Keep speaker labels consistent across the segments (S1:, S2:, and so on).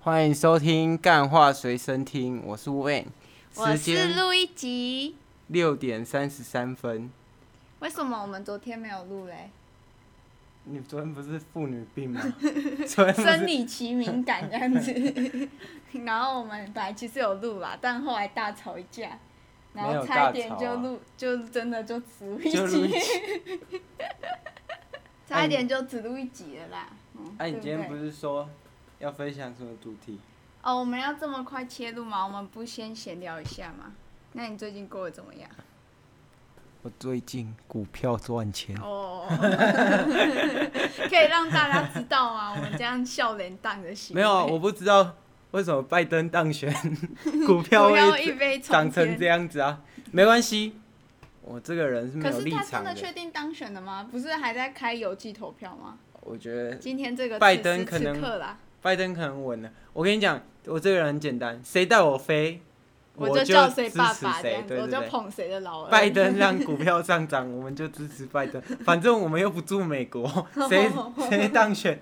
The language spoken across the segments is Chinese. S1: 欢迎收听《干话随身听》，我是 Wayne，
S2: 我
S1: 时
S2: 是
S1: 间
S2: 录一集。
S1: 六点三十三分。
S2: 为什么我们昨天没有录 嘞？
S1: 你昨天不是妇女病 吗？昨天不
S2: 生
S1: 是
S2: 理期敏感这样子。 然后我们本来其实有录啦，但后来大吵一架，
S1: 没
S2: 然后
S1: 有
S2: 差
S1: 大
S2: 一点
S1: 吵啊
S2: 就录，就真的就只录一
S1: 就录一
S2: 集，
S1: 集？
S2: 差一点就只录一集了啦。嗯，
S1: 哎、
S2: 对
S1: 你
S2: 不
S1: 今天不
S2: 对？
S1: 是说要分享什么主题？
S2: 哦，我们要这么快切入吗？我们不先闲聊一下吗？那你最近过得怎么样？
S1: 我最近股票赚钱
S2: 哦， 可以让大家知道吗？我们这样笑脸荡的行为
S1: 没有啊，我不知道为什么拜登当 选，股票
S2: 不要
S1: 会
S2: 一飞冲
S1: 涨成
S2: 天
S1: 这样子啊。没关系，我这个人是没
S2: 可
S1: 有
S2: 是
S1: 立
S2: 他
S1: 场
S2: 真的确定当选了吗？不是还在开邮寄投票吗？
S1: 我觉得
S2: 今天这个
S1: 拜
S2: 此
S1: 登
S2: 时
S1: 可
S2: 此
S1: 能
S2: 刻啦，
S1: 拜登可能稳了。我跟你讲，我这个人很简单，谁带我飞，
S2: 就
S1: 支
S2: 叫谁爸
S1: 持
S2: 爸这
S1: 谁
S2: 样。子，
S1: 对对
S2: 我
S1: 对
S2: 就。捧谁的老二。
S1: 拜登 让股票上涨， 我们就支持拜登。反正我们又不住美 国，谁谁当选？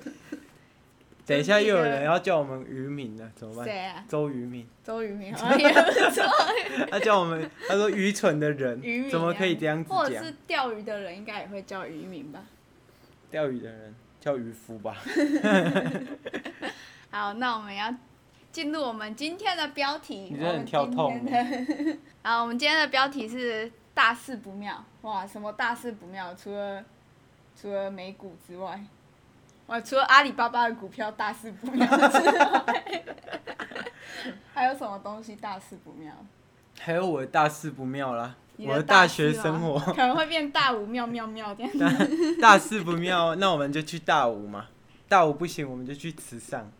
S1: 等一下又有人要叫我们渔民了，怎么办？
S2: 谁啊？
S1: 周渔民，
S2: 周渝 民哎好像也不错，
S1: 他叫我们，他说愚蠢的 人
S2: 渔民啊
S1: 怎么可以这样子
S2: 或者
S1: 讲
S2: 是？钓鱼的人应该也会叫渔民吧？
S1: 钓鱼的人叫渔夫吧？
S2: 好，那我们要进入我们今天的标题。
S1: 你真的很跳
S2: 我们今天的 好，我们今天的标题是大事不妙。哇，什么大事不妙？除了除了美股之外，哇，除了阿里巴巴的股票大事不妙之外， 还有什么东西大事不妙？
S1: 还有我的大事不妙啦，
S2: 你
S1: 我的
S2: 大
S1: 大
S2: 事
S1: 学
S2: 吗
S1: 生活
S2: 可能会变大五妙妙妙这样。
S1: 大事不妙，那我们就去大五嘛。大五不行，我们就去慈善。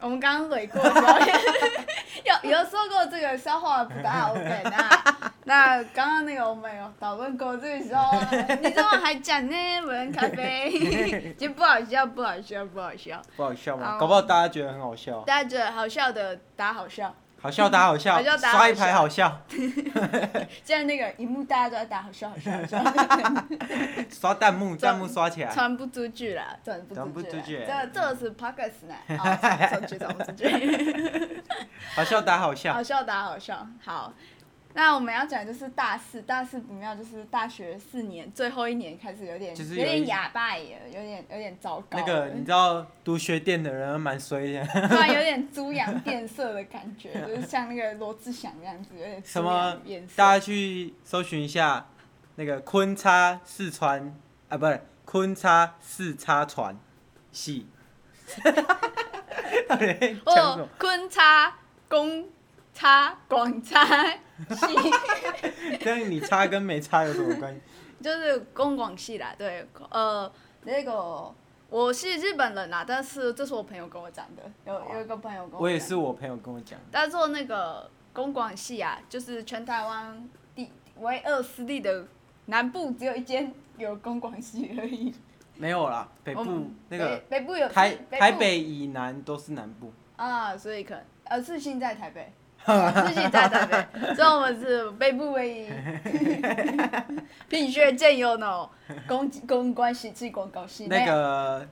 S2: 我们刚刚蕊过的时候， 有有说过这个消化不大 OK 那那刚刚那个我们有讨论过这个时候，你怎么还讲呢？文咖啡， 就不好笑，不好笑，不好笑。
S1: 不好笑吗？
S2: 好
S1: 搞不好大家觉得很好笑啊，
S2: 大家觉得好笑的打好笑，
S1: 好笑打好笑，
S2: 好笑打好
S1: 刷一排好笑，
S2: 现在那个荧幕大家都在打好笑，好笑，好笑，
S1: 刷弹幕，
S2: 转
S1: 弹幕刷起来。
S2: 传不出去啦，传
S1: 传不
S2: 不出
S1: 出去
S2: 去啦，这这是 podcast 呢，哦传不出去，传不出去。
S1: 好笑打好笑
S2: 好，笑的啊好笑，好。那我们要讲的就是大四，大四不妙，就是大学四年最后一年开始有点
S1: 就是有
S2: 有
S1: 一
S2: 点哑巴耶，有点有点糟糕
S1: 那
S2: 了，
S1: 个你知道读学电的人蛮衰的，
S2: 突然有点猪羊变色的感觉，就是像那个罗志祥那样子，有点
S1: 什
S2: 猪
S1: 么
S2: 羊变色。
S1: 大家去搜寻一下那个昆差四川啊，不是昆差四叉船系。到底在讲什
S2: 哦
S1: 么？，
S2: 昆差公差广差 系，
S1: 这样你差跟没差有什么关系？
S2: 就是公广系啦，对，呃，那个。我是日本人啦、啊但是这是我朋友跟我讲的，有有一个朋友跟我
S1: 我也
S2: 讲
S1: 是我朋友跟我讲的。
S2: 他做那个公广系啊，就是全台湾第唯二私立的南部只有一间有公广系而已。
S1: 没有啦，北
S2: 我
S1: 部
S2: 们
S1: 那个
S2: 北北部有
S1: 台
S2: 部
S1: 台北以南都是南部，
S2: 啊，所以可能呃自信在台 北，自信在台北，所以我们是北部 唯一 品学兼优的公公关系暨广告系
S1: 那个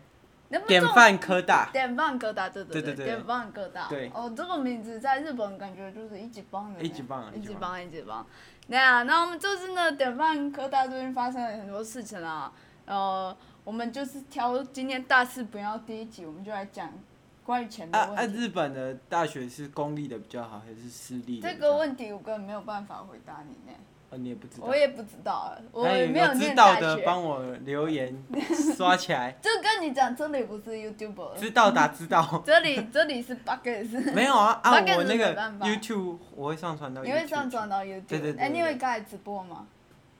S2: 能不能
S1: 典
S2: 这种
S1: 范科大，
S2: 典范哥大，对
S1: 对
S2: 对
S1: 对对
S2: 典范哥大。
S1: 对
S2: 哦，这个名字在日本感觉就是一级棒的呢，
S1: 一级棒啊
S2: 一
S1: 一级
S2: 级
S1: 棒
S2: 棒，一级棒。对啊，那我们这次呢，典范哥大最近发生了很多事情啊，呃，我们就是挑今天大四不要第一集，我们就来讲关于钱
S1: 啊
S2: 的
S1: 啊！
S2: 问题。
S1: 日本的大学是公立的比较好，还是私立的
S2: 这
S1: 比较好？
S2: 个问题我根本没有办法回答你呢，
S1: 哦，你也不知道
S2: 我。也不知道啊，我
S1: 那
S2: 也没
S1: 有知
S2: 念
S1: 道
S2: 大
S1: 的
S2: 学。
S1: 帮我留 言刷起来，
S2: 这跟你讲，这里不是 YouTuber，
S1: 知道打知 道。
S2: 这里这里是 Buckets，
S1: 没有啊啊！
S2: 大概是
S1: 我那个
S2: 没办法
S1: YouTube 我会上传到 YouTube，
S2: 你会上传到 YouTube？
S1: 对对对
S2: 哎，你
S1: 对
S2: 会开直播吗？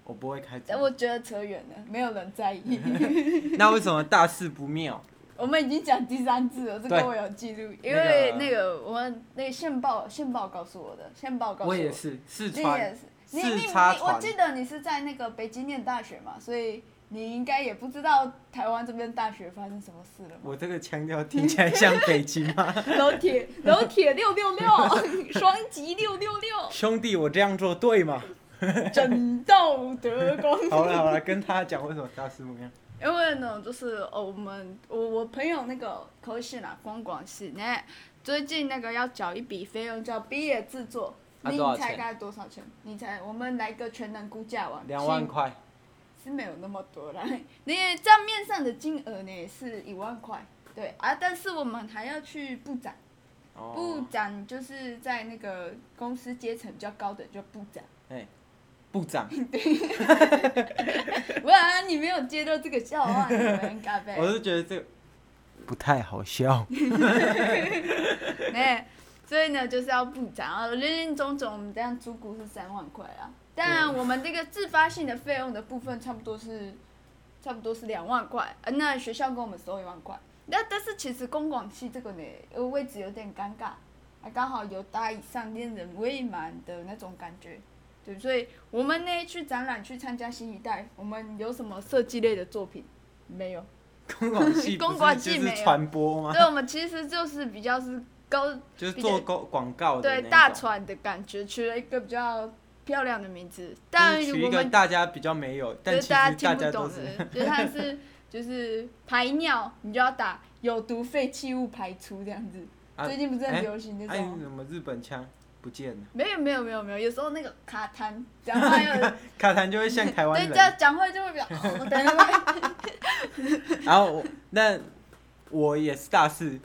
S1: 我不会开直
S2: 哎，
S1: 播。
S2: 我觉得扯远了，没有人在意。
S1: 那为什么大事不妙？
S2: 我们已经讲第三次了，这
S1: 对
S2: 个我有记录，因为那个我们那个线报线报告诉我的，线报告诉
S1: 我也
S2: 的，
S1: 是四
S2: 你也
S1: 川，
S2: 是，你你
S1: 四
S2: 你，
S1: 叉船
S2: 我记得你是在那个北京念大学嘛，所以你应该也不知道台湾这边大学发生什么事 了嘛。
S1: 我这个腔调听起来像北京吗？
S2: 楼铁楼铁六六 六，双击六六 六，
S1: 兄弟，我这样做对 吗？
S2: 整到德光。
S1: 好了好了，跟他讲为什么大师不一样。
S2: 呃因为呢，就是哦，我们我我朋友那个科系啦，公管系，那最近那个要缴一笔费用叫毕业制作，
S1: 啊
S2: 你
S1: 多少
S2: 猜
S1: 钱
S2: 该多少钱？你猜，我们来个全能估价王，
S1: 两万
S2: 是
S1: 块，
S2: 是没有那么多啦，你账面上的金额呢是一万块，对啊，但是我们还要去布展，部
S1: 哦，
S2: 长就是在那个公司阶层比较高的叫部长，
S1: 哎部长，
S2: 不然你没有接到这个笑话，你们很尬
S1: 我
S2: 呗。
S1: 是觉得这个不太好笑。
S2: 哎，所以呢就是要部长啊，林林总总我们这样租估是三万块啊，当然我们这个自发性的费用的部分差不多是差不多是两万块，呃，那学校跟我们收一万块，那但是其实公广系这个呢，呃位置有点尴尬，啊，刚好有搭以上恋人未满的那种感觉，对，所以我们呢去展览去参加新一代，我们有什么设计类的作品没有？
S1: 公管系
S2: 公
S1: 不
S2: 管
S1: 是
S2: 系
S1: 就
S2: 没
S1: 是
S2: 有
S1: 传播吗？
S2: 对，我们其实就是比较是高
S1: 就是
S2: 比
S1: 做
S2: 较
S1: 广广告的
S2: 对
S1: 那
S2: 大
S1: 种
S2: 船的感觉，取了一个比较漂亮的名字，但
S1: 就是取
S2: 我
S1: 一个
S2: 们
S1: 大家比较没有，但
S2: 就
S1: 其实
S2: 是大
S1: 大
S2: 家听
S1: 家
S2: 不
S1: 都
S2: 懂
S1: 是
S2: 的，就是它是就是排尿，你就要打有毒废弃物排出这样子。
S1: 啊
S2: 最近不是
S1: 哎
S2: 很流行这
S1: 哎，
S2: 种？
S1: 怎么日本腔不见了？
S2: 没有没有没有没有，有时候那个卡痰，讲 话有
S1: 卡痰就会像台湾
S2: 对这
S1: 人。
S2: 样讲话就会比较， 哦等一下，
S1: 然后我那我也是大四，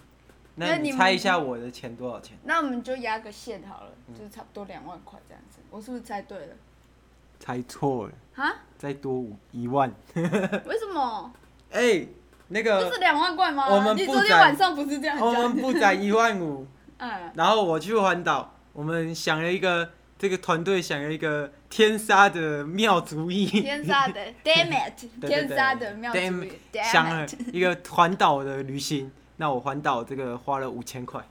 S2: 那
S1: 那
S2: 你
S1: 你
S2: 们
S1: 猜一下我的钱多少钱？
S2: 那我们就压个线好了，
S1: 嗯
S2: 就是差不多两万块这样子。我是不是猜 对了？
S1: 猜错了，
S2: 啊？
S1: 再多五一万。
S2: 为什么？
S1: 哎，那
S2: 不
S1: 个
S2: 是两万块吗？
S1: 我们
S2: 你
S1: 部
S2: 昨天
S1: 长
S2: 晚上不是这样
S1: 我
S2: 讲？
S1: 们部长一万五，
S2: 嗯，
S1: 然后我去环岛，我们想了一个这个团队想了一个天杀的妙主意，
S2: 天杀的，damn it，
S1: 对对
S2: 天杀
S1: 对
S2: 的妙主
S1: damn-
S2: 语
S1: 想
S2: ，damn
S1: 了
S2: it，
S1: 一个环岛的旅行。那我环岛这个花了五千块，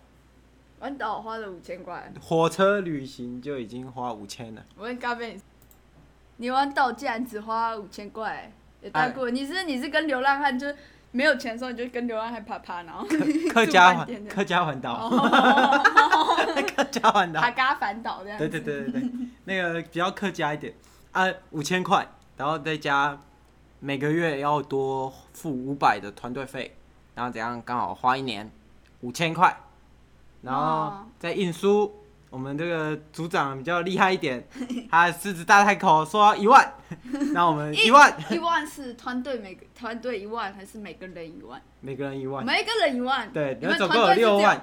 S2: 完岛花了五千块，
S1: 火车旅行就已经花五 千了。
S2: 我问咖啡，你玩岛竟然只花五千块，也太
S1: 哎
S2: 过。你是你是跟流浪汉就是没有钱的时候你就跟流浪汉啪啪，然后
S1: 客家
S2: 住饭店
S1: 环
S2: 的哦
S1: 客家环岛， 客家环岛
S2: 哈，嘎反岛这样
S1: 对对
S2: 子。
S1: 对对对，那个比较客家一点啊，五千块，然后再加每个月要多付五百的团队费，然后怎样刚好花一年五千块，然后
S2: 哦
S1: 再印书。我们这个组长比较厉害一点，他狮子大开口说一 万，那我们一万，
S2: 一万是团队每个团队一万，还是每个人一万？
S1: 每个人一万，
S2: 每个人一万。
S1: 对，
S2: 你
S1: 那
S2: 们
S1: 总
S2: 团
S1: 共有
S2: 队是
S1: 六
S2: 这样。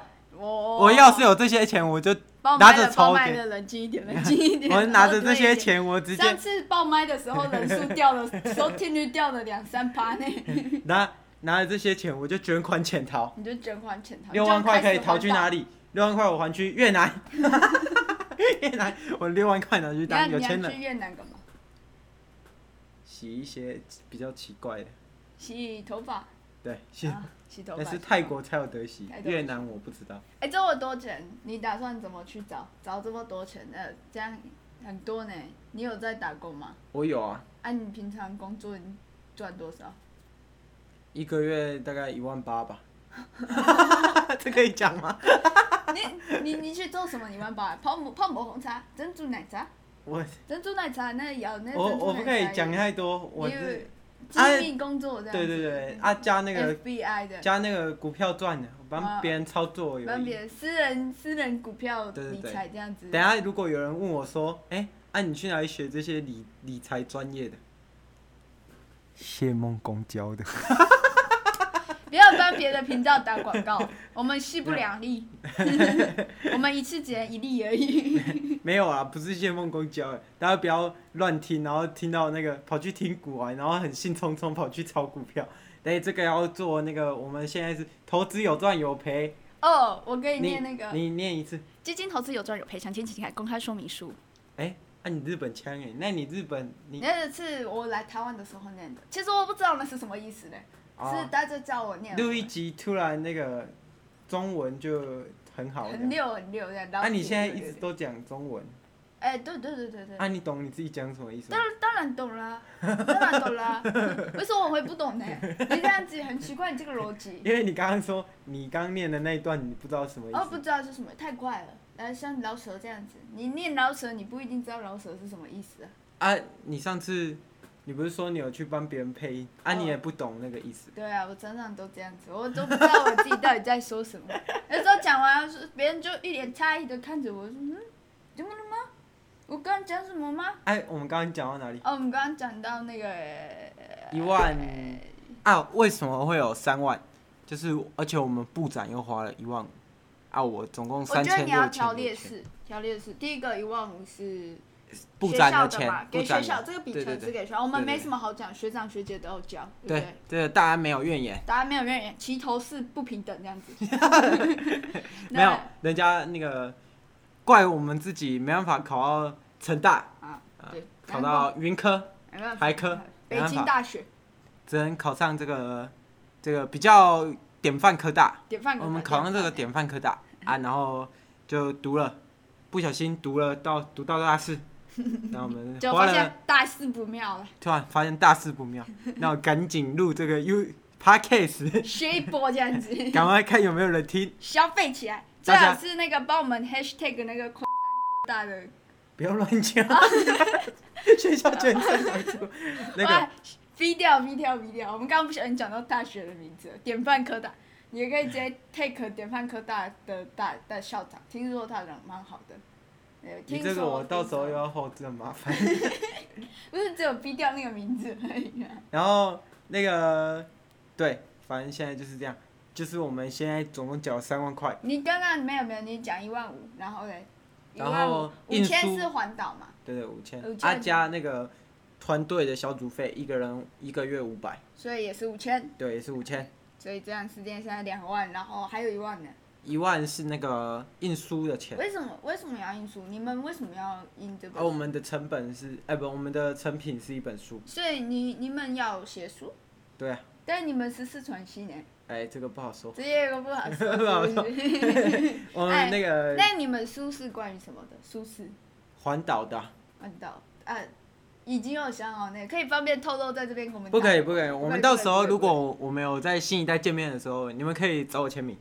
S1: 万。
S2: 哦我
S1: 我要是有这些钱，我就
S2: 爆
S1: 拿
S2: 麦
S1: 着
S2: 的爆
S1: 钞
S2: 麦
S1: 给
S2: 的冷静一 点，冷静一点。
S1: 我拿着
S2: 然后
S1: 这
S2: 多一
S1: 些
S2: 点
S1: 钱，我直接
S2: 上次爆麦的时候人数掉了，收听率掉了两三趴 呢，
S1: 拿拿了这些钱，我就卷款潜逃。
S2: 你就捐款潜逃。
S1: 六万块可以逃去哪
S2: 里？
S1: 里？六万块我还去越南，越南我六万块拿去
S2: 你
S1: 当
S2: 看
S1: 有
S2: 你
S1: 钱
S2: 要
S1: 人，
S2: 去越南干嘛？
S1: 洗一些比较奇怪的，
S2: 洗头发。
S1: 对，洗
S2: 啊、洗头发。
S1: 那是泰。国才有得洗
S2: 泰，国
S1: 越南我不知道。
S2: 哎、这么多钱，你打算怎么去找？找这么多钱，呃，这样很多呢。你有在打工吗？
S1: 我有啊，
S2: 啊，你平常工作你赚多少？
S1: 一个月大概一万八 吧，这可以讲吗？
S2: 你你你去做什么？你们把泡沫泡沫红茶、珍珠奶茶、
S1: 我
S2: 珍珠奶茶那有那
S1: 我
S2: 珍
S1: 哦
S2: 珠
S1: 我不可以
S2: 奶茶
S1: 讲
S2: 有
S1: 太多，我是
S2: 机密工作这样子。
S1: 对对对啊，加那个
S2: FBI 的，
S1: 加那个股票赚的，帮
S2: 啊
S1: 别人操作有
S2: 帮
S1: 益
S2: 别。人私人私人股票
S1: 对对
S2: 理
S1: 对
S2: 财这样子。
S1: 等一下，如果有人问我说：“哎、啊，你去哪里学这些理理财专业的？”谢梦公教的，
S2: 不要帮别的频道打广告，我们势不两立， 我们一次只能一例而 已。
S1: 没有啊，不是谢梦公教的，大家不要乱听，然后听到那个跑去听股啊，然后很兴冲冲跑去炒股票。哎，这个要做那个，我们现在是投资有赚有赔。
S2: 哦，我给你
S1: 你
S2: 念那个
S1: 你念一次。
S2: 基金投资有赚有赔偿，请请看公开说明书。
S1: 哎、啊，你日本腔哎、那你日本你
S2: 那是我来台湾的时候念的，其实我不知道那是什么意思嘞，是
S1: 啊，
S2: 大家叫我念的，
S1: 录一集突然那个中文就很好了。
S2: 很溜很溜这样。
S1: 那、
S2: 然后
S1: 你现在
S2: 对
S1: 一
S2: 对
S1: 直
S2: 对
S1: 都讲中文。
S2: 哎，对对对对对。
S1: 啊，你懂你自己讲什么意思吗
S2: 当？然当然懂啦，当然懂啦，为什么我会不懂呢？你这样子很奇怪，你这个逻辑。
S1: 因为你刚刚说你刚念的那一段，你不知道什么意思。
S2: 哦，不知道是什么，太快了。来，像饶舌这样子，你念饶舌，你不一定知道饶舌是什么意思啊。
S1: 啊，你上次你不是说你有去帮别人配音啊？
S2: 哦
S1: 你也不懂那个意思。
S2: 对啊，我常常都这样子，我都不知道我自己到底在 说什么。有时候讲完，别人就一脸诧异的看着我说：“嗯，怎么了吗？我刚刚讲什么吗
S1: 哎，我们刚刚讲到哪里？？”
S2: 哦，我们刚刚讲到那个呃
S1: 一万啊？为什么会有三万？就是而且我们部长又花了一万五啊，我总共
S2: 我
S1: 三
S2: 觉得
S1: 千
S2: 你要
S1: 六
S2: 调
S1: 千
S2: 劣
S1: 六千。
S2: 势，调劣势。第一个一万五是
S1: 部
S2: 学
S1: 长
S2: 校的
S1: 钱
S2: 嘛，，
S1: 部
S2: 给
S1: 长
S2: 学
S1: 的
S2: 校，这个比
S1: 对
S2: 全
S1: 对
S2: 是
S1: 对
S2: 给学校，我们
S1: 对对
S2: 没什么好讲，学长学姐都有教，对不
S1: 对
S2: 对？
S1: 对，大家没有怨言，
S2: 答案没有怨言，齐头是不平等这样 子。
S1: 没有啊人家那个怪我们自己没办法考到成大，
S2: 啊，对，
S1: 考到云科，
S2: 没办法
S1: 台科没
S2: 北
S1: 办
S2: 京
S1: 法
S2: 大学
S1: 只能考上这个这个比较典范科大。
S2: 典范国
S1: 我
S2: 家。
S1: 们考上这个
S2: 典
S1: 典范
S2: 范
S1: 科大啊，然后就读了，不小心读了到读到大 四，然后我们
S2: 就
S1: 花
S2: 发
S1: 了，
S2: 现大事不妙 了，
S1: 突然发现大事不 妙，那我赶紧录这个 U podcast，
S2: 学一波这样子，
S1: 赶快看有没有人听，
S2: 消费起来，最
S1: 大家
S2: 好是那个帮我们 hashtag 那个昆山科大的，
S1: 不要乱 讲， 学校捐赠来做那个
S2: 哇，V 掉 V 掉 V 掉，我们刚刚不小心讲到大学的名字了，典范科大，你也可以直接 take 典范科大的大的校长，听说他人蛮好的，呃
S1: 你
S2: 听
S1: 这个
S2: 说
S1: 我到
S2: 听
S1: 时候
S2: 说
S1: 又要后置，很麻烦。
S2: 不是只有 B 掉那个名字而已、啊，
S1: 然后那个对，反正现在就是这样，就是我们现在总共缴三万块，
S2: 你刚刚没有没有，你讲一万五，然后嘞，一
S1: 然
S2: 万五
S1: 后，
S2: 五
S1: 运
S2: 千
S1: 输
S2: 是环岛嘛，
S1: 对对，五千
S2: 5000，
S1: 啊加那个团队的小组费，一个人一个月五百，
S2: 所以也是五千。
S1: 对，也是五千。
S2: 所以这样时间现在两万，然后还有一万呢。
S1: 一万是那个运输的钱，
S2: 为什么为什么要印书？你们为什么要印这个？
S1: 啊而我们的成本是，哎、不，我们的成品是一本书，
S2: 所以你你们要写书？
S1: 对啊。
S2: 但你们是四川西呢，
S1: 哎、这个不好说。
S2: 这也有个不好说。
S1: 不好
S2: 是 不是
S1: 我们那个
S2: 哎那你们书是关于什么的？书是
S1: 环岛的啊，
S2: 问到啊，已经有想好那个可以方便透露在这边给我们。
S1: 不可以，不可以。我们到时候如
S2: 不可以
S1: 果我们有在新一代见面的时候，你们可以找我签名。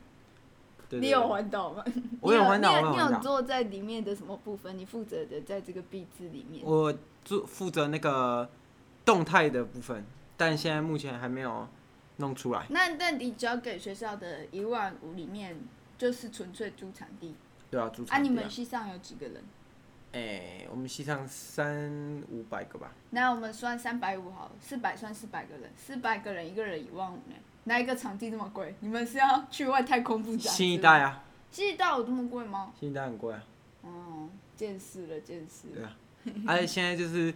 S1: 对
S2: 你
S1: 对
S2: 有
S1: 对，
S2: 环岛吗？
S1: 我有环岛，
S2: 你
S1: 我
S2: 你
S1: 环
S2: 有
S1: 岛。
S2: 做在里面的什么部分？你负责的在这个壁纸里面。
S1: 我做负责那个动态的部分，但现在目前还没有弄出来，
S2: 那那你交给学校的一万五里面，就是纯粹租场地。
S1: 对啊，主
S2: 啊，
S1: 场
S2: 你
S1: 地
S2: 们系上有几个人？
S1: 哎、我们系上三五百个吧，
S2: 那我们算三百五好了，四百算四百个人，四百个人一个人一万五呢。哪一个场地这么贵？你们是要去外太空部展？
S1: 新一代，啊，
S2: 新一代有这么贵吗？
S1: 新一代很贵啊。
S2: 哦，见识了，见识了。
S1: 而且啊现在就是，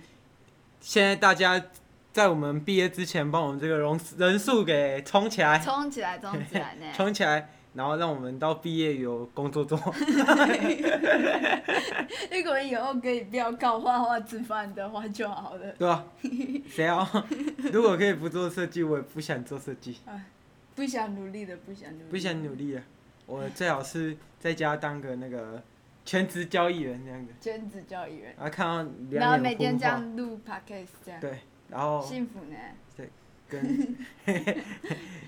S1: 现在大家在我们毕业之前，帮我们这个人人数给冲起来，
S2: 冲起来，冲起来呢！
S1: 啊 冲起来，然后让我们到毕业有工作 做。
S2: 如果以后可以不要靠画画吃饭的话就好了。
S1: 对吧？谁要？ 如果可以不做设计，我也不想做设计，
S2: 不想努力的，不想努力。
S1: 不想努力了。我最好是在家当个那个全职交易员这样子，
S2: 兼职教育员，
S1: 然后看到
S2: 然后
S1: 两
S2: 每
S1: 眼
S2: 天
S1: 昏
S2: 这
S1: 花，
S2: 样录 podcast 这样。哦
S1: 对，然后
S2: 幸福呢，
S1: 跟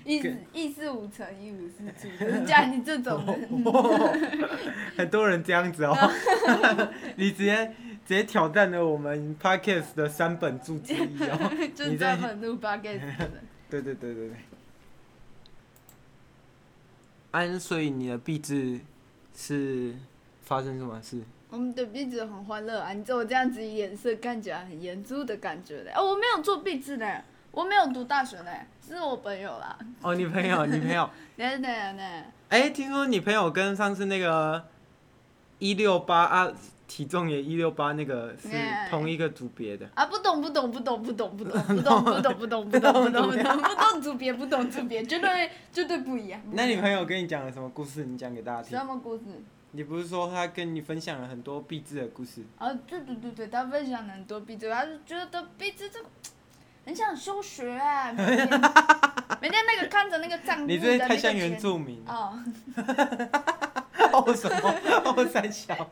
S2: 一事一事无成，一无是 处，就是像你这种
S1: 哦
S2: 人，
S1: 很多人这样子 哦，你直接直接挑战了我们 podcast 的三本柱之一哦。
S2: 就是专门录 podcast 的人。
S1: 对对对对对。安，所以你的壁纸是发生什么事？
S2: 我们的壁纸很欢乐啊！你知道我这样子颜色看起来很严肃的感觉嘞。哦，我没有做壁纸嘞，我没有读大学嘞，是我朋友啦。
S1: 哦，你朋友，你朋友，
S2: 那那那，
S1: 哎、听说你朋友跟上次那个一六八啊，体重也一六八那个是
S2: 哎
S1: 同一个组别的。
S2: 啊，不懂不懂不懂不懂不懂不懂不懂不懂不懂不懂不懂不懂组别不懂组别，绝对绝对不一样。
S1: 那你朋友跟你讲了什么故事？你讲给大家听
S2: 什。么故事？
S1: 你不是说他跟你分享了很多壁纸的故事？
S2: 啊，对对对对，他分享了很多壁纸，他就觉得壁纸这个很想休学啊，每天每天那个看着那个账户的
S1: 你
S2: 那
S1: 这
S2: 个
S1: 太像原
S2: 钱
S1: 住民了，
S2: 哦，
S1: 哦什么 哦三小，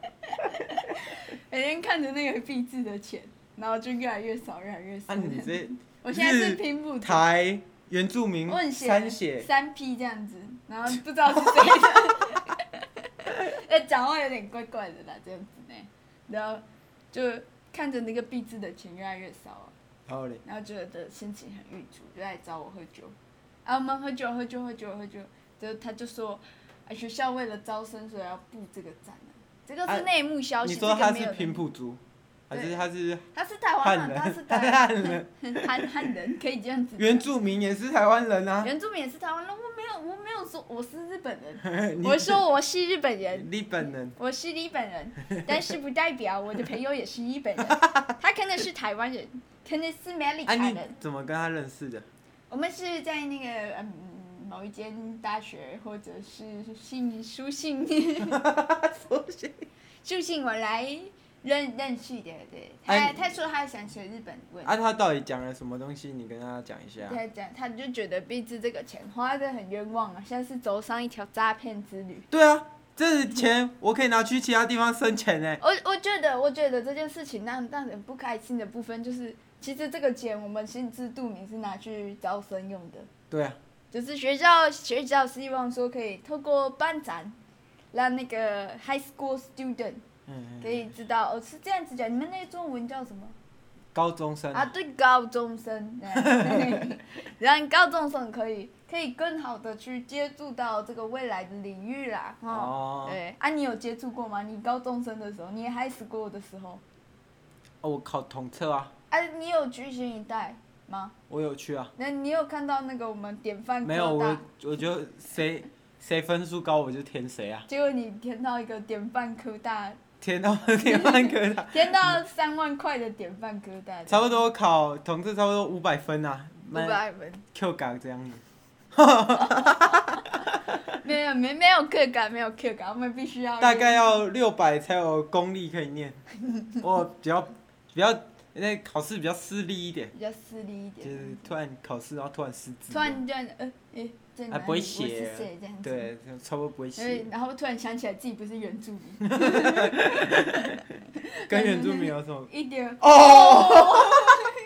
S2: 每天看着那个壁纸的钱，然后就越来越少，越来越少。
S1: 啊你这
S2: 我现在是拼不懂，
S1: 台原住民
S2: 我很闲
S1: 三血，
S2: 三 P 这样子，然后不知道是谁的。 哎，讲话有点怪怪的啦，这样子呢，然后就看着那个壁纸的钱越来越少啊，
S1: 然后嘞，
S2: 然后觉得心情很郁卒，就来找我喝酒。啊，我们喝酒，喝酒，喝酒，喝酒。就他就说，啊，学校为了招生，所以要布这个展啊。这个
S1: 啊
S2: 是内幕消息，
S1: 你说他
S2: 这个
S1: 是
S2: 没有
S1: 平埔族，还是
S2: 对
S1: 他是
S2: 他是台湾
S1: 汉
S2: 人，
S1: 人？
S2: 他是
S1: 他
S2: 台
S1: 是
S2: 湾
S1: 汉人，
S2: 汉汉人，可以这样子。
S1: 原住民也是台湾人啊。
S2: 原住民也是台湾人，我没有，我没有说我是日本 人，
S1: 你
S2: 我说我是日本人，
S1: 日本人，
S2: 我是日 本人，但是不代表我的朋友也是日本人，他可能是台湾人，可能是美利
S1: 啊，
S2: 卡
S1: 你
S2: 人。
S1: 怎么跟他认识的？
S2: 我们是在那个嗯某一间大学，或者是信书 信书信我来认认识的，对。他、
S1: 哎
S2: 他说他想学日本文，
S1: 啊，他到底讲了什么东西？你跟他讲一下。啊
S2: 他讲他就觉得毕志这个钱花的很冤枉啊，像是走上一条诈骗之旅。
S1: 对啊，这钱我可以拿去其他地方生钱欸呢。
S2: 我我觉得，我觉得这件事情让让人不开心的部分就是，其实这个钱我们心知肚明是拿去招生用的，
S1: 对啊，
S2: 就是学校学校希望说可以透过班长，让那个 high school student
S1: 嗯，
S2: 可以知道哦是这样子讲，你们那个中文叫什么
S1: 高中生
S2: 啊？对，高中 生， 对让高中生可以可以更好的去接触到这个未来的领域啦，哦。
S1: 哦，
S2: 对啊，你有接触过吗？你高中生的时候，你 high school 的时候，
S1: 哦，我考统测啊，
S2: 哎、你有举行一代吗？
S1: 我有去啊。
S2: 那你有看到那个我们典范
S1: 没有
S2: 科
S1: 我
S2: 大？，
S1: 我就谁谁分数高我就填谁啊，
S2: 结果你填到一个典范科大，
S1: 填到 填半科的，
S2: 填到三万块的典范科大，
S1: 差不多考统测差不多五百分啊，
S2: 五百分。
S1: Q 港这样子。
S2: 没有没没有课感，没有课感，我们必须要
S1: 大概要六百才有功力可以念。我比较比较那考试比较私利一点，
S2: 比较私立一
S1: 就
S2: 点。
S1: 是突然考试然后突然失职，
S2: 突然这样，呃，诶，这样
S1: 啊不会
S2: 我是
S1: 写
S2: 谁这样子。
S1: 对，就差不多不会
S2: 所以
S1: 写，，
S2: 然后突然想起来自己不是原 住民，
S1: 跟原住民有什么？
S2: 一点
S1: 哦，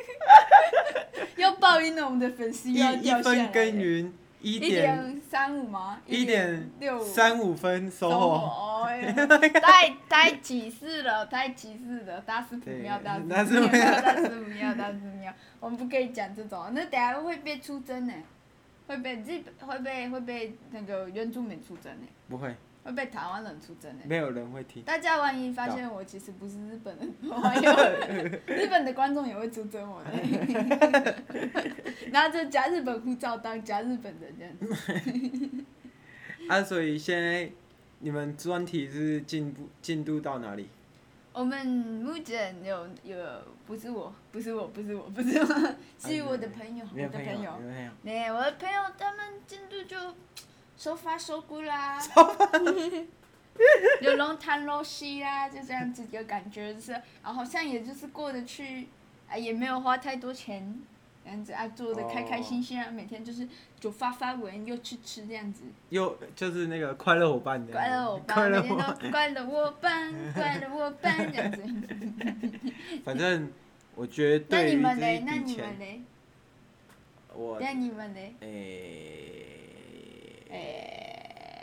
S2: 要报应了，我们的粉丝
S1: 一
S2: 又 要
S1: 一
S2: 掉下来
S1: 分
S2: 了。
S1: 耕耘一
S2: 一
S1: 点
S2: 点三五吗？
S1: 一点
S2: 六五
S1: 三五分收获，
S2: 哦哎 太太歧视了，太歧视了，大师不要，
S1: 对
S2: 大师
S1: 大师
S2: 不
S1: 不
S2: 要，
S1: 要
S2: 大师不要，大师不要，我们不可以讲这种，啊那等下会被出征呢，会被日本，会被会被那个原住民出征呢，
S1: 不会，
S2: 会被台湾人出征呢。
S1: 没有人会听。
S2: 大家万一发现我其实不是日本人， 哎呦日本的观众也会出征我的， 拿着假日本护照当假日本人这样子。
S1: 啊，所以现在你们专题是进步进度到哪里？
S2: 我们目前有有不是我，不是我，不是我，不是我，是啊我的朋友，我
S1: 没有
S2: 的
S1: 朋友，
S2: 朋友，
S1: 没有朋友。
S2: 没有我的朋友，他们进度就手法手骨啦，有龙潭龙溪啦，就这样子有感觉，就是啊，好像也就是过得去，啊，也没有花太多钱，这样子啊，做的开开心心啊，每天就是就发发文，又吃吃这样子。
S1: 又就是那个快乐伙伴的
S2: 快乐我
S1: 快
S2: 吧，
S1: 乐
S2: 每
S1: 伙
S2: 天
S1: 伴，
S2: 都快乐我班，快乐我班这样子。
S1: 反正我觉得
S2: 那
S1: 对
S2: 你
S1: 于
S2: 们
S1: 这一
S2: 嘞？那
S1: 笔
S2: 你们
S1: 钱，
S2: 嘞？
S1: 我
S2: 那你们嘞？
S1: 诶、
S2: 哎，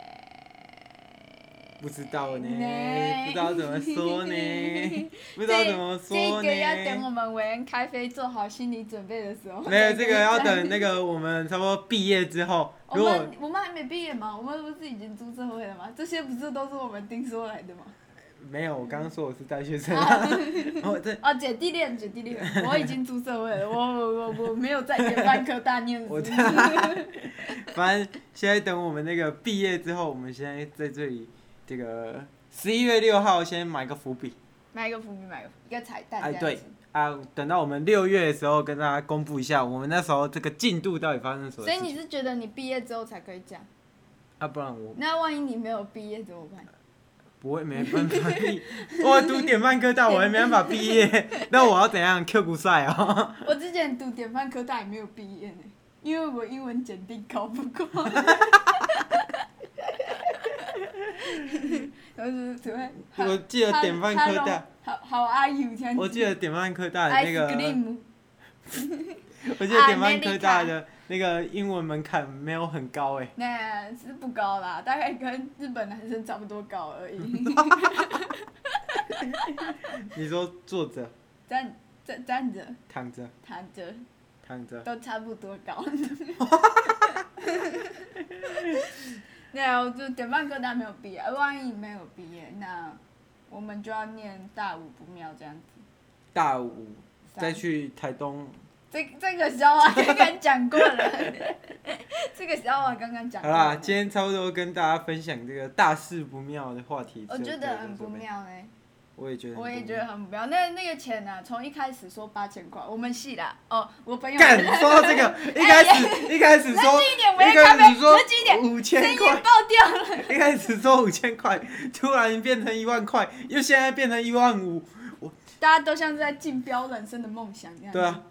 S1: 不知道呢，
S2: 呢
S1: 不知道怎么说呢， 不
S2: 不
S1: 知道怎么
S2: 这
S1: 说
S2: 个要等
S1: 呢。
S2: 我们韦恩开飞做好心理准备的时候。
S1: 没有这个要等那个我们差不多毕业之后，
S2: 我
S1: 如果
S2: 们我们还没毕业嘛，我们不是已经出社会了吗？这些不是都是我们听说来的 吗？
S1: 没有，我刚刚说我是大学生，
S2: 啊
S1: 我这
S2: 哦，姐弟恋，姐弟恋，我已经出社会了，我我我我没有在联办科大 念书
S1: 我。反正现在等我们那个毕业之后，我们现在在这里这个十一月六号先埋个伏笔。
S2: 买一个伏笔，买一个一个彩蛋。
S1: 哎
S2: 这样
S1: 对
S2: 子
S1: 啊，等到我们六月的时候跟大家公布一下，我们那时候这个进度到底发生什么
S2: 所
S1: 事
S2: 以
S1: 情。
S2: 你是觉得你毕业之后才可以讲？
S1: 啊，不然我
S2: 那万一你没有毕业怎么办？
S1: 不会没办法毕，我读典范科大，我还没办法毕业，那我要怎样 Q 股赛哦？
S2: 我之前读典范科大也没有毕业呢，因为我英文检定考不过，然后就是只会。
S1: 我记得典范科大，
S2: Hello，好好阿 u 这样子。
S1: 我记得典范科大的那
S2: ice
S1: 个，
S2: cream，啊
S1: 我记得典范科大的那个英文门槛没有很高哎、
S2: 那是不高啦，大概跟日本男生差不多高而已。
S1: 你说作者
S2: 占站站着、
S1: 躺着，
S2: 躺着
S1: 躺着。
S2: 都差不多高。 对啊，我就典范科大没有毕业，万一没有毕业，那我们就要念大五不妙这样子。
S1: 大五再去台东，
S2: 这这个笑话刚刚讲过了， 这个笑话刚刚讲
S1: 好
S2: 过
S1: 啦，
S2: 了。
S1: 今天差不多跟大家分享这个大事不妙的话题。
S2: 我觉得很不，妙哎、
S1: 我也觉得，
S2: 我也觉得。很不妙。那那个钱呢、从一开始说八千块，我们系啦。哦，我朋友
S1: 干，说到这 个，
S2: 哎
S1: 一开始一开始说，
S2: 近一点我
S1: 一
S2: 也咖啡
S1: 开始说
S2: 冷静一点
S1: 五
S2: 声
S1: 千
S2: 音
S1: 块，
S2: 爆掉了。
S1: 一开始说五千块，突然变成一万块，又现在变成一万五，
S2: 大家都像是在竞标人生的梦想这样。
S1: 对啊，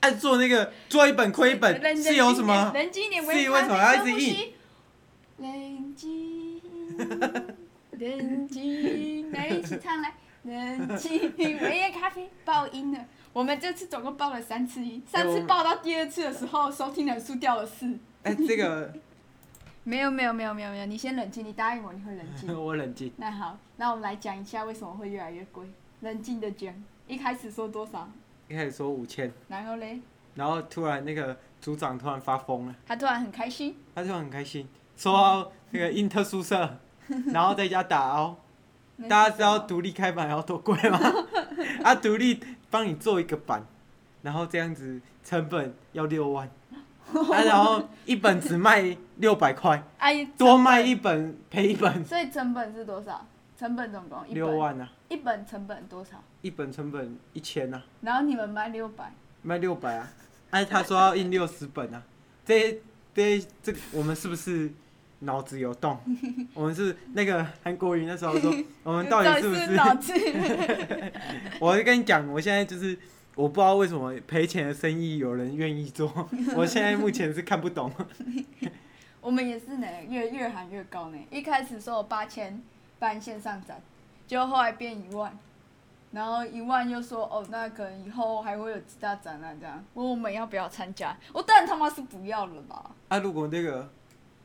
S1: 按做那个做一本亏一
S2: 冷
S1: 本
S2: 静
S1: 是有什么？
S2: 冷静一点，
S1: 是
S2: 微
S1: 为什么要一直
S2: 吸
S1: 硬？
S2: 冷静，冷静，来一起唱来。冷静，维也咖啡爆音了。我们这次总共爆了三次音，上
S1: 哎我
S2: 次
S1: 们
S2: 爆到第二次的时候，收听人数掉了四。
S1: 哎，这个
S2: 没有没有没有没有没有，你先冷静，你答应我你会冷静。
S1: 哎我冷静。
S2: 那好，那我们来讲一下为什么会越来越贵。冷静的讲，一开始说多少，
S1: 一开始说五千，
S2: 然后嘞，
S1: 然后突然那个组长突然发疯了，
S2: 他突然很开心，
S1: 他就很开心，说到那个英特宿舍，然后在家打哦。
S2: 那是
S1: 大家知道
S2: 什么
S1: 独立开版要多贵吗？ 啊，独立帮你做一个版，然后这样子成本要六万，啊，然后一本只卖六百块，
S2: 哎，
S1: 多卖一本赔一本，
S2: 所以成本是多少？成本总共一本
S1: 六，万啊，
S2: 一本成本多少？
S1: 一本成本一千啊，
S2: 然后你们卖六百，
S1: 卖六百啊，哎、他说要印六十本啊，这这这我们是不是？脑子有 洞，我们是那个韩国瑜那时候说，我们到底是不
S2: 是
S1: 是
S2: 脑子？
S1: 我就跟你讲，我现在就是我不知道为什么赔钱的生意有人愿意 做，我现在目前是看不懂。
S2: 我们也是呢，越越喊越高呢。一开始说我八千办线上展，结果后来变一万，然后一万又说哦，那可能以后还会有其他展览这样，问我们要不要参加？我当然他妈是不要了吧。
S1: 啊，如果那个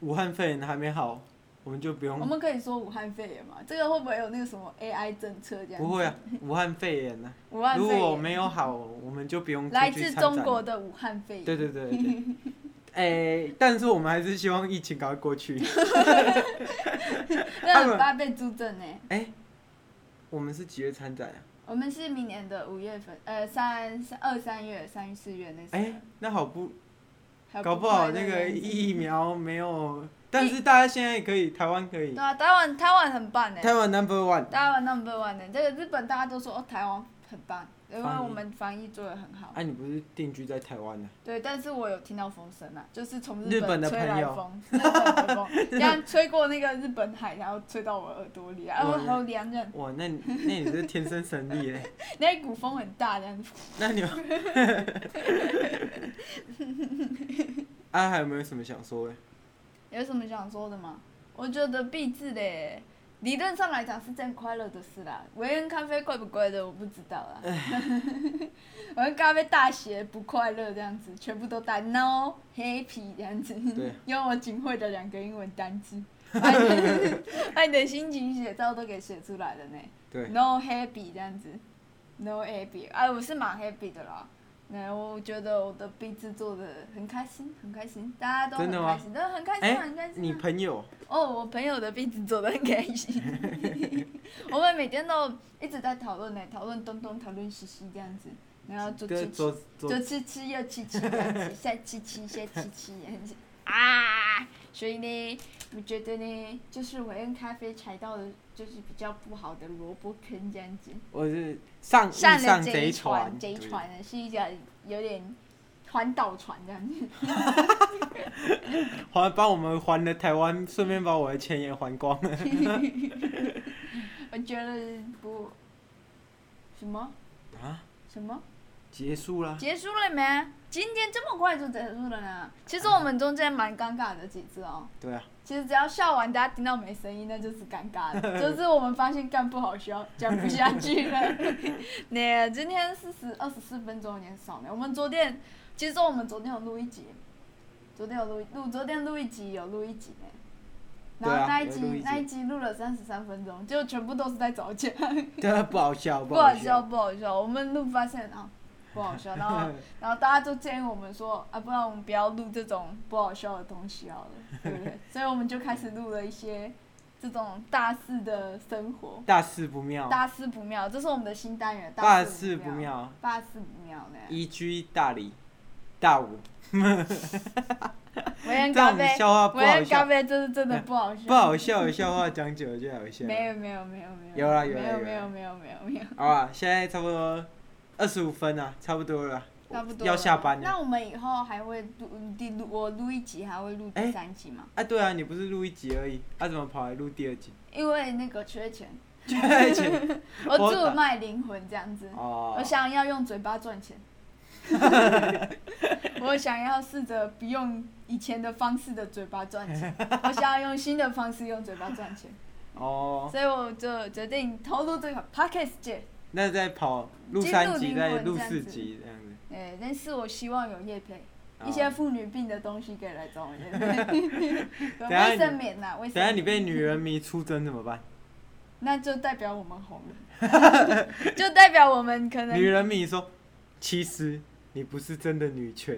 S1: 武汉肺炎还没好，我们就不
S2: 我
S1: 用。
S2: 们可以说武汉肺炎嘛？这个会不会有那个什么 AI 政策这样？
S1: 不会啊，，武汉肺炎呢、
S2: 武汉
S1: 如
S2: 肺
S1: 果
S2: 炎
S1: 没有好，我们就不用出去
S2: 来自
S1: 参展
S2: 中国。的武汉肺炎。
S1: 对对对对对。哎、但是我们还是希望疫情赶快过去。
S2: 那很八倍助阵呢。
S1: 哎、我们是几月参展啊？
S2: 欸我们是明年的五月份，呃，三三二三月、三四月那时候。
S1: 哎、那好不，
S2: 还有
S1: 搞不
S2: 快
S1: 好
S2: 乐
S1: 那
S2: 的
S1: 个
S2: 日子
S1: 疫苗没有，但是大家现在可以，台湾可以
S2: 对，啊，台湾台湾很棒呢，欸
S1: 台湾 number one。
S2: 台湾 number one 呢。这个日本大家都说哦，台湾很棒，因为
S1: 防疫
S2: 我们防疫做的很好。
S1: 哎、你不是定居在台湾的、啊
S2: 对，但是我有听到风声啊，就是从
S1: 日本的
S2: 吹
S1: 朋
S2: 来
S1: 友
S2: 风，日本的风，这样吹过那个日本海，然后吹到我耳朵里啊，然后
S1: 哇
S2: 好凉人，
S1: 哇，那你那你是天生神力 嘞？
S2: 那一股风很大，这样子。
S1: 那 你有啊，还有没有什么想说的？
S2: 有什么想说的吗？我觉得必至嘞，理论上来讲是件快乐的事啦。维恩咖啡贵不贵的我不知道啦。维恩咖啡大写不快乐这样子，全部都带 no happy 这样子
S1: 对，
S2: 用我仅会的两个英文单字，把你的 把你的心情写照都给写出来了呢。
S1: 对，
S2: no happy 这样子，no happy，哎、我是蛮 happy 的啦。那我觉得我的壁纸做的很开心，很开心，大家都很
S1: 真的吗
S2: 开心，都很开
S1: 哎
S2: 心，很开
S1: 你
S2: 心啊。
S1: 朋友
S2: 哦，我朋友的壁纸做的很开心， 我们每天都一直在讨论呢，讨论东东，讨论西西这样子，然后做
S1: 对
S2: 吃吃，
S1: 左左
S2: 做吃吃又吃吃这样子，下吃吃下吃吃这样子啊。所以呢，我觉得呢，就是我用咖啡踩到的，就是比较不好的萝卜坑这样子。
S1: 我是上
S2: 上
S1: 上
S2: 了
S1: 贼
S2: 贼船，
S1: 贼
S2: 贼船呢是一架有点环岛船这样子。
S1: 还帮我们还了台湾，顺便把我的钱也还光了。
S2: 我觉得不，什么
S1: 啊，
S2: 什么
S1: 结束啦，
S2: 结束了没？今天这么快就结束了呢？其实我们中间蛮尴尬的几次哦。
S1: 对啊，
S2: 其实只要笑完，大家听到没声音，那就是尴尬 了。就是我们发现干不好笑，讲不下去了。 那今天四十二十四分钟有点少呢。我们昨天其实我们昨天有录一集，昨天有录录昨天录一集有录一集呢。然
S1: 对
S2: 后
S1: 啊
S2: 那一
S1: 有录
S2: 集、
S1: 一集
S2: 那一集录了三十三分钟， 就全部都是在找钱，
S1: 对啊，不好笑，
S2: 不好笑，不好笑。我们录发现啊，不好笑。然后然后大家就建议我们说，啊，不然我们不要录这种不好笑的东西 好了，对不对？所以我们就开始录了一些这种大四的生活，
S1: 大事不妙，
S2: 大四不妙，这是我们的新单元，
S1: 大
S2: 四
S1: 事不，妙，
S2: 大四不妙的。
S1: 移居大理，大五，
S2: 维恩
S1: 这样
S2: 咖
S1: 我们
S2: 啡，
S1: 笑话不
S2: 维
S1: 好
S2: 恩咖
S1: 笑，
S2: 啡真的真的不好笑，
S1: 不好笑的笑话讲久了就好笑了。
S2: 没有没有没有没有，
S1: 有啦有
S2: 没
S1: 啦有
S2: 有
S1: 啦
S2: 没有没有没有没有，
S1: 好啊，现在差不多二十五分了，差不多了，
S2: 差不多
S1: 要
S2: 了
S1: 下班了。
S2: 那我们以后还会录第录我录一集，还会录第
S1: 哎
S2: 三集吗？
S1: 啊，对啊，你不是录一集而已，啊，怎么跑来录第二 集？
S2: 因为那个缺钱，
S1: 对，集
S2: 我
S1: 我
S2: 只
S1: 懂
S2: 卖灵魂这样子，
S1: 哦
S2: 我，想要用嘴巴 赚钱，我想要试着不用以前的方式的嘴巴赚钱，我想要用新的方式用嘴巴赚钱，
S1: 哦，
S2: 所以我就决定投入这个 podcast 界。
S1: 那再跑录
S2: 进入
S1: 三集，
S2: 灵
S1: 再
S2: 魂
S1: 录
S2: 这样
S1: 四
S2: 子
S1: 集这样子。
S2: 哎、但是我希望有叶配。
S1: 哦
S2: 一些妇女病的东西可以来找我叶配，
S1: 等下你
S2: 卫生棉呐、啊，卫生棉。
S1: 等下你被女人迷出征怎么办？
S2: 那就代表我们红了， 就代表我们可能
S1: 女人迷说，其实你不是真的女 权，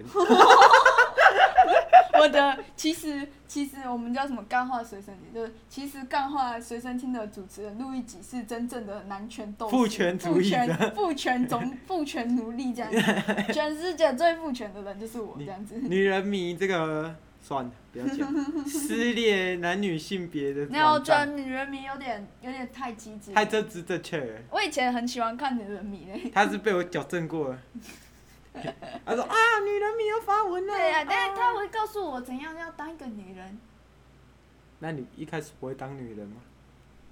S2: 我的其实其实我们叫什么干话随身听，就是其实干话随身听的主持人路易吉是真正的男权斗士，
S1: 父权主义
S2: 父
S1: 的
S2: 权父权总 父权奴隶这 样子，全世界最父权的人就是我这
S1: 你
S2: 样子。
S1: 女人迷这个算了，不要 讲，撕裂男女性别的
S2: 那我
S1: 网
S2: 觉得
S1: 站，
S2: 女人迷有点有点太积极了，
S1: 太这只这确，
S2: 我以前很喜欢看女人迷嘞、
S1: 他是被我矫正过 了。他说啊，女人迷要发文了。
S2: 对呀、但是他会告诉我怎样要当一个女人，
S1: 那你一开始不会当女人吗？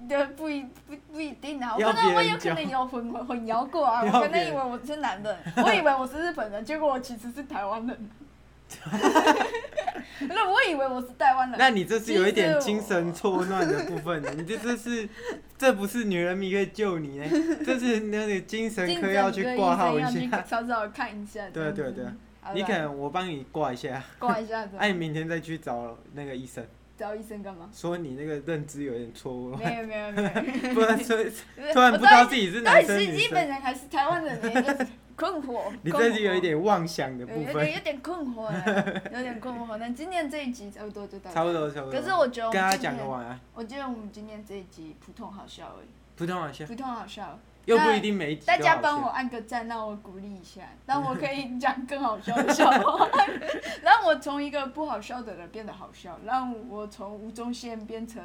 S2: 对，不一不不一定啊，我
S1: 要
S2: 可
S1: 别
S2: 能我
S1: 人
S2: 有可
S1: 教
S2: 能有混混混淆过 啊，
S1: 要
S2: 我
S1: 别
S2: 可能
S1: 人
S2: 以为我是男的，我以为我是日本人，结果我其实是台 湾人。那我以为我是台湾人，
S1: 那你这是有一点精神错乱的部分，你这这是，这不是女人迷可以救你呢，这是那个精神
S2: 精
S1: 科
S2: 神
S1: 要
S2: 科
S1: 去
S2: 医
S1: 挂
S2: 生
S1: 号一
S2: 要去
S1: 下。
S2: 稍稍看一下。
S1: 对
S2: 这
S1: 对
S2: 样子
S1: 对，
S2: 好
S1: 你
S2: 吧
S1: 可能我帮你挂一下，
S2: 挂一下子，
S1: 哎，你明天再去找那个医生，？
S2: 找医生干嘛
S1: 说你那个认知有点错误，
S2: 没有没有没 有，
S1: 不然说
S2: 我
S1: 突然不知道自己是
S2: 到底
S1: 男
S2: 到
S1: 生
S2: 底是
S1: 女
S2: 日本
S1: 生，
S2: 人还是台湾人，有点困惑。
S1: 你
S2: 困
S1: 这是有一
S2: 惑
S1: 点妄想的部
S2: 有
S1: 分
S2: 点，有点困惑了，有点困惑。那今天这一集差不多就到这。
S1: 差不多差不多。
S2: 可是我觉得我
S1: 跟
S2: 们
S1: 他
S2: 今
S1: 讲
S2: 天
S1: 个，晚安，
S2: 我觉得我们今天这一集普通好笑而已，
S1: 普通话下，
S2: 普通好笑。
S1: 又不一定每一集都
S2: 大
S1: 好
S2: 家帮我
S1: 笑。
S2: 按个赞，让我鼓励一下， 让我可以讲更好笑的笑话， 让我从一个不好笑的人变得好笑，让我从吴宗宪变成，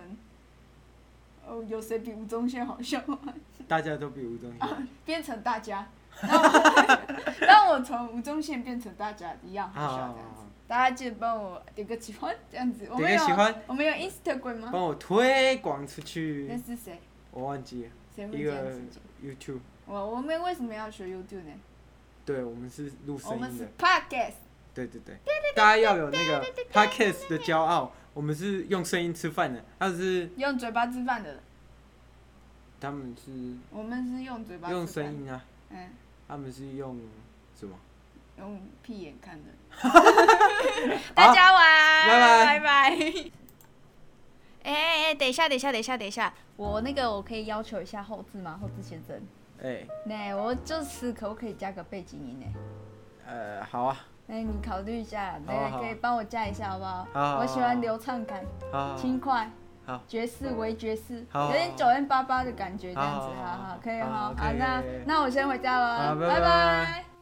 S2: 哦，有谁比吴宗宪好笑 吗？
S1: 大家都比吴宗宪。
S2: 变成大家，让我 让我从吴宗宪变成大家一样好笑这样子。
S1: 好，
S2: 大家记得帮我点个喜欢，这样子。我们
S1: 点
S2: 有
S1: 个喜欢，
S2: 我们有 Instagram 吗？
S1: 帮我推广出
S2: 那
S1: 去。
S2: 是谁？
S1: 我忘记了
S2: 谁会
S1: 一
S2: 这样
S1: 个
S2: 子讲？
S1: YouTube，
S2: 我我们为什么要学 YouTube 呢？
S1: 对我们是录
S2: 我
S1: 声
S2: 们
S1: 音
S2: 是
S1: 的，
S2: Podcast，
S1: 对对对，大家要有那个 Podcast 的骄傲。我们是用声音吃饭的，他是
S2: 用嘴巴吃饭的人，
S1: 他们是
S2: 我们是用嘴巴吃
S1: 用
S2: 饭
S1: 声，音啊，
S2: 嗯，
S1: 他们是用什么？
S2: 用屁眼看的。 大家晚安，
S1: 拜
S2: 拜拜。哎哎哎，等一下，等一下，等一下，等一下，我那个我可以要求一下后置吗？后置先生，
S1: 哎，
S2: 那我就是可不可以加个背景音呢？
S1: 呃，好啊，
S2: 那你考虑一下，
S1: 好啊
S2: 那
S1: 好
S2: 个
S1: 啊
S2: 可以帮我加一下好不好？
S1: 好好好
S2: 我喜欢流畅感，
S1: 好，
S2: 轻快
S1: 好，
S2: 爵士为爵士，
S1: 好
S2: 有点九零八八的感觉这样子，
S1: 好好
S2: 好
S1: 好
S2: 好，可以
S1: 好
S2: 哈。
S1: ，OK，
S2: 好，那
S1: OK
S2: 那我先回家
S1: 好
S2: 了，
S1: 拜
S2: 拜
S1: 拜
S2: 拜。